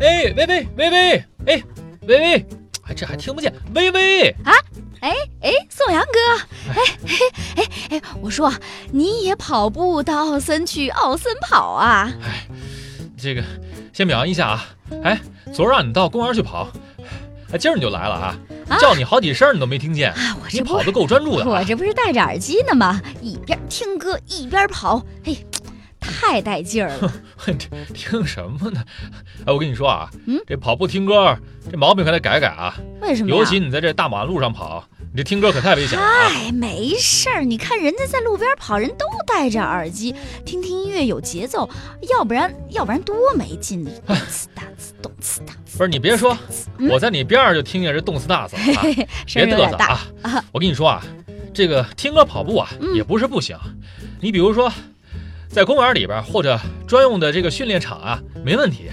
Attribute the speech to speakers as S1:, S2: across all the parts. S1: 哎，微微，微微，哎，微微，哎，这还听不见，微微，
S2: 哎哎，宋阳哥，哎哎哎哎，我说你也跑步到奥森去奥森跑啊？
S1: 这个先表扬一下啊。哎，昨儿让你到公园去跑，哎，今儿你就来了
S2: 啊
S1: 啊，叫你好几声你都没听见，
S2: 啊，我
S1: 你
S2: 这不
S1: 跑得够专注的
S2: 我
S1: 啊。
S2: 这不是戴着耳机呢吗？一边听歌一边跑，嘿，太带劲儿了。
S1: 听什么呢？哎，我跟你说啊，
S2: 嗯
S1: 这跑步听歌这毛病可得改改啊，
S2: 为什么呀？
S1: 尤其你在这大马路上跑，你这听歌可太危险了啊。
S2: 哎，没事儿，你看人家在路边跑，人都戴着耳机，听听音乐有节奏，要不然要不然多没劲。咚呲哒呲咚呲哒呲，
S1: 不是你别说，
S2: 嗯
S1: 我在你边上就听见这动次大嗓啊，
S2: 声
S1: 别
S2: 儿有
S1: 嘚
S2: 点
S1: 瑟
S2: 大。
S1: 啊！我跟你说啊，这个听歌跑步啊
S2: 嗯
S1: 也不是不行，你比如说在公园里边或者专用的这个训练场啊没问题，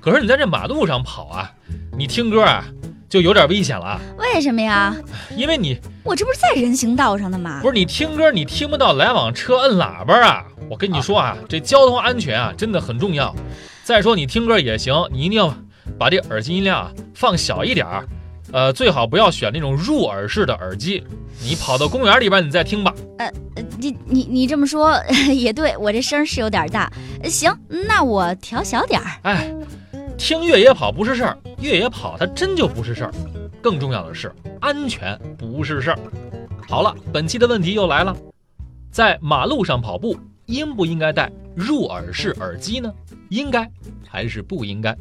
S1: 可是你在这马路上跑啊，你听歌啊就有点危险了啊，
S2: 为什么呀？
S1: 因为你
S2: 我这不是在人行道上呢吗
S1: 不？是你听歌你听不到来往车摁喇叭啊，我跟你说啊，这交通安全啊真的很重要。再说你听歌也行，你一定要把这耳机音量啊放小一点儿，呃，最好不要选那种入耳式的耳机。你跑到公园里边你再听吧。
S2: 呃你你你这么说 也对，我这声儿是有点大。呃行，那我调小点儿。
S1: 哎，听越野跑不是事儿，越野跑它真就不是事儿。更重要的是，安全不是事儿。好了，本期的问题又来了，在马路上跑步应不应该戴入耳式耳机呢？应该还是不应该？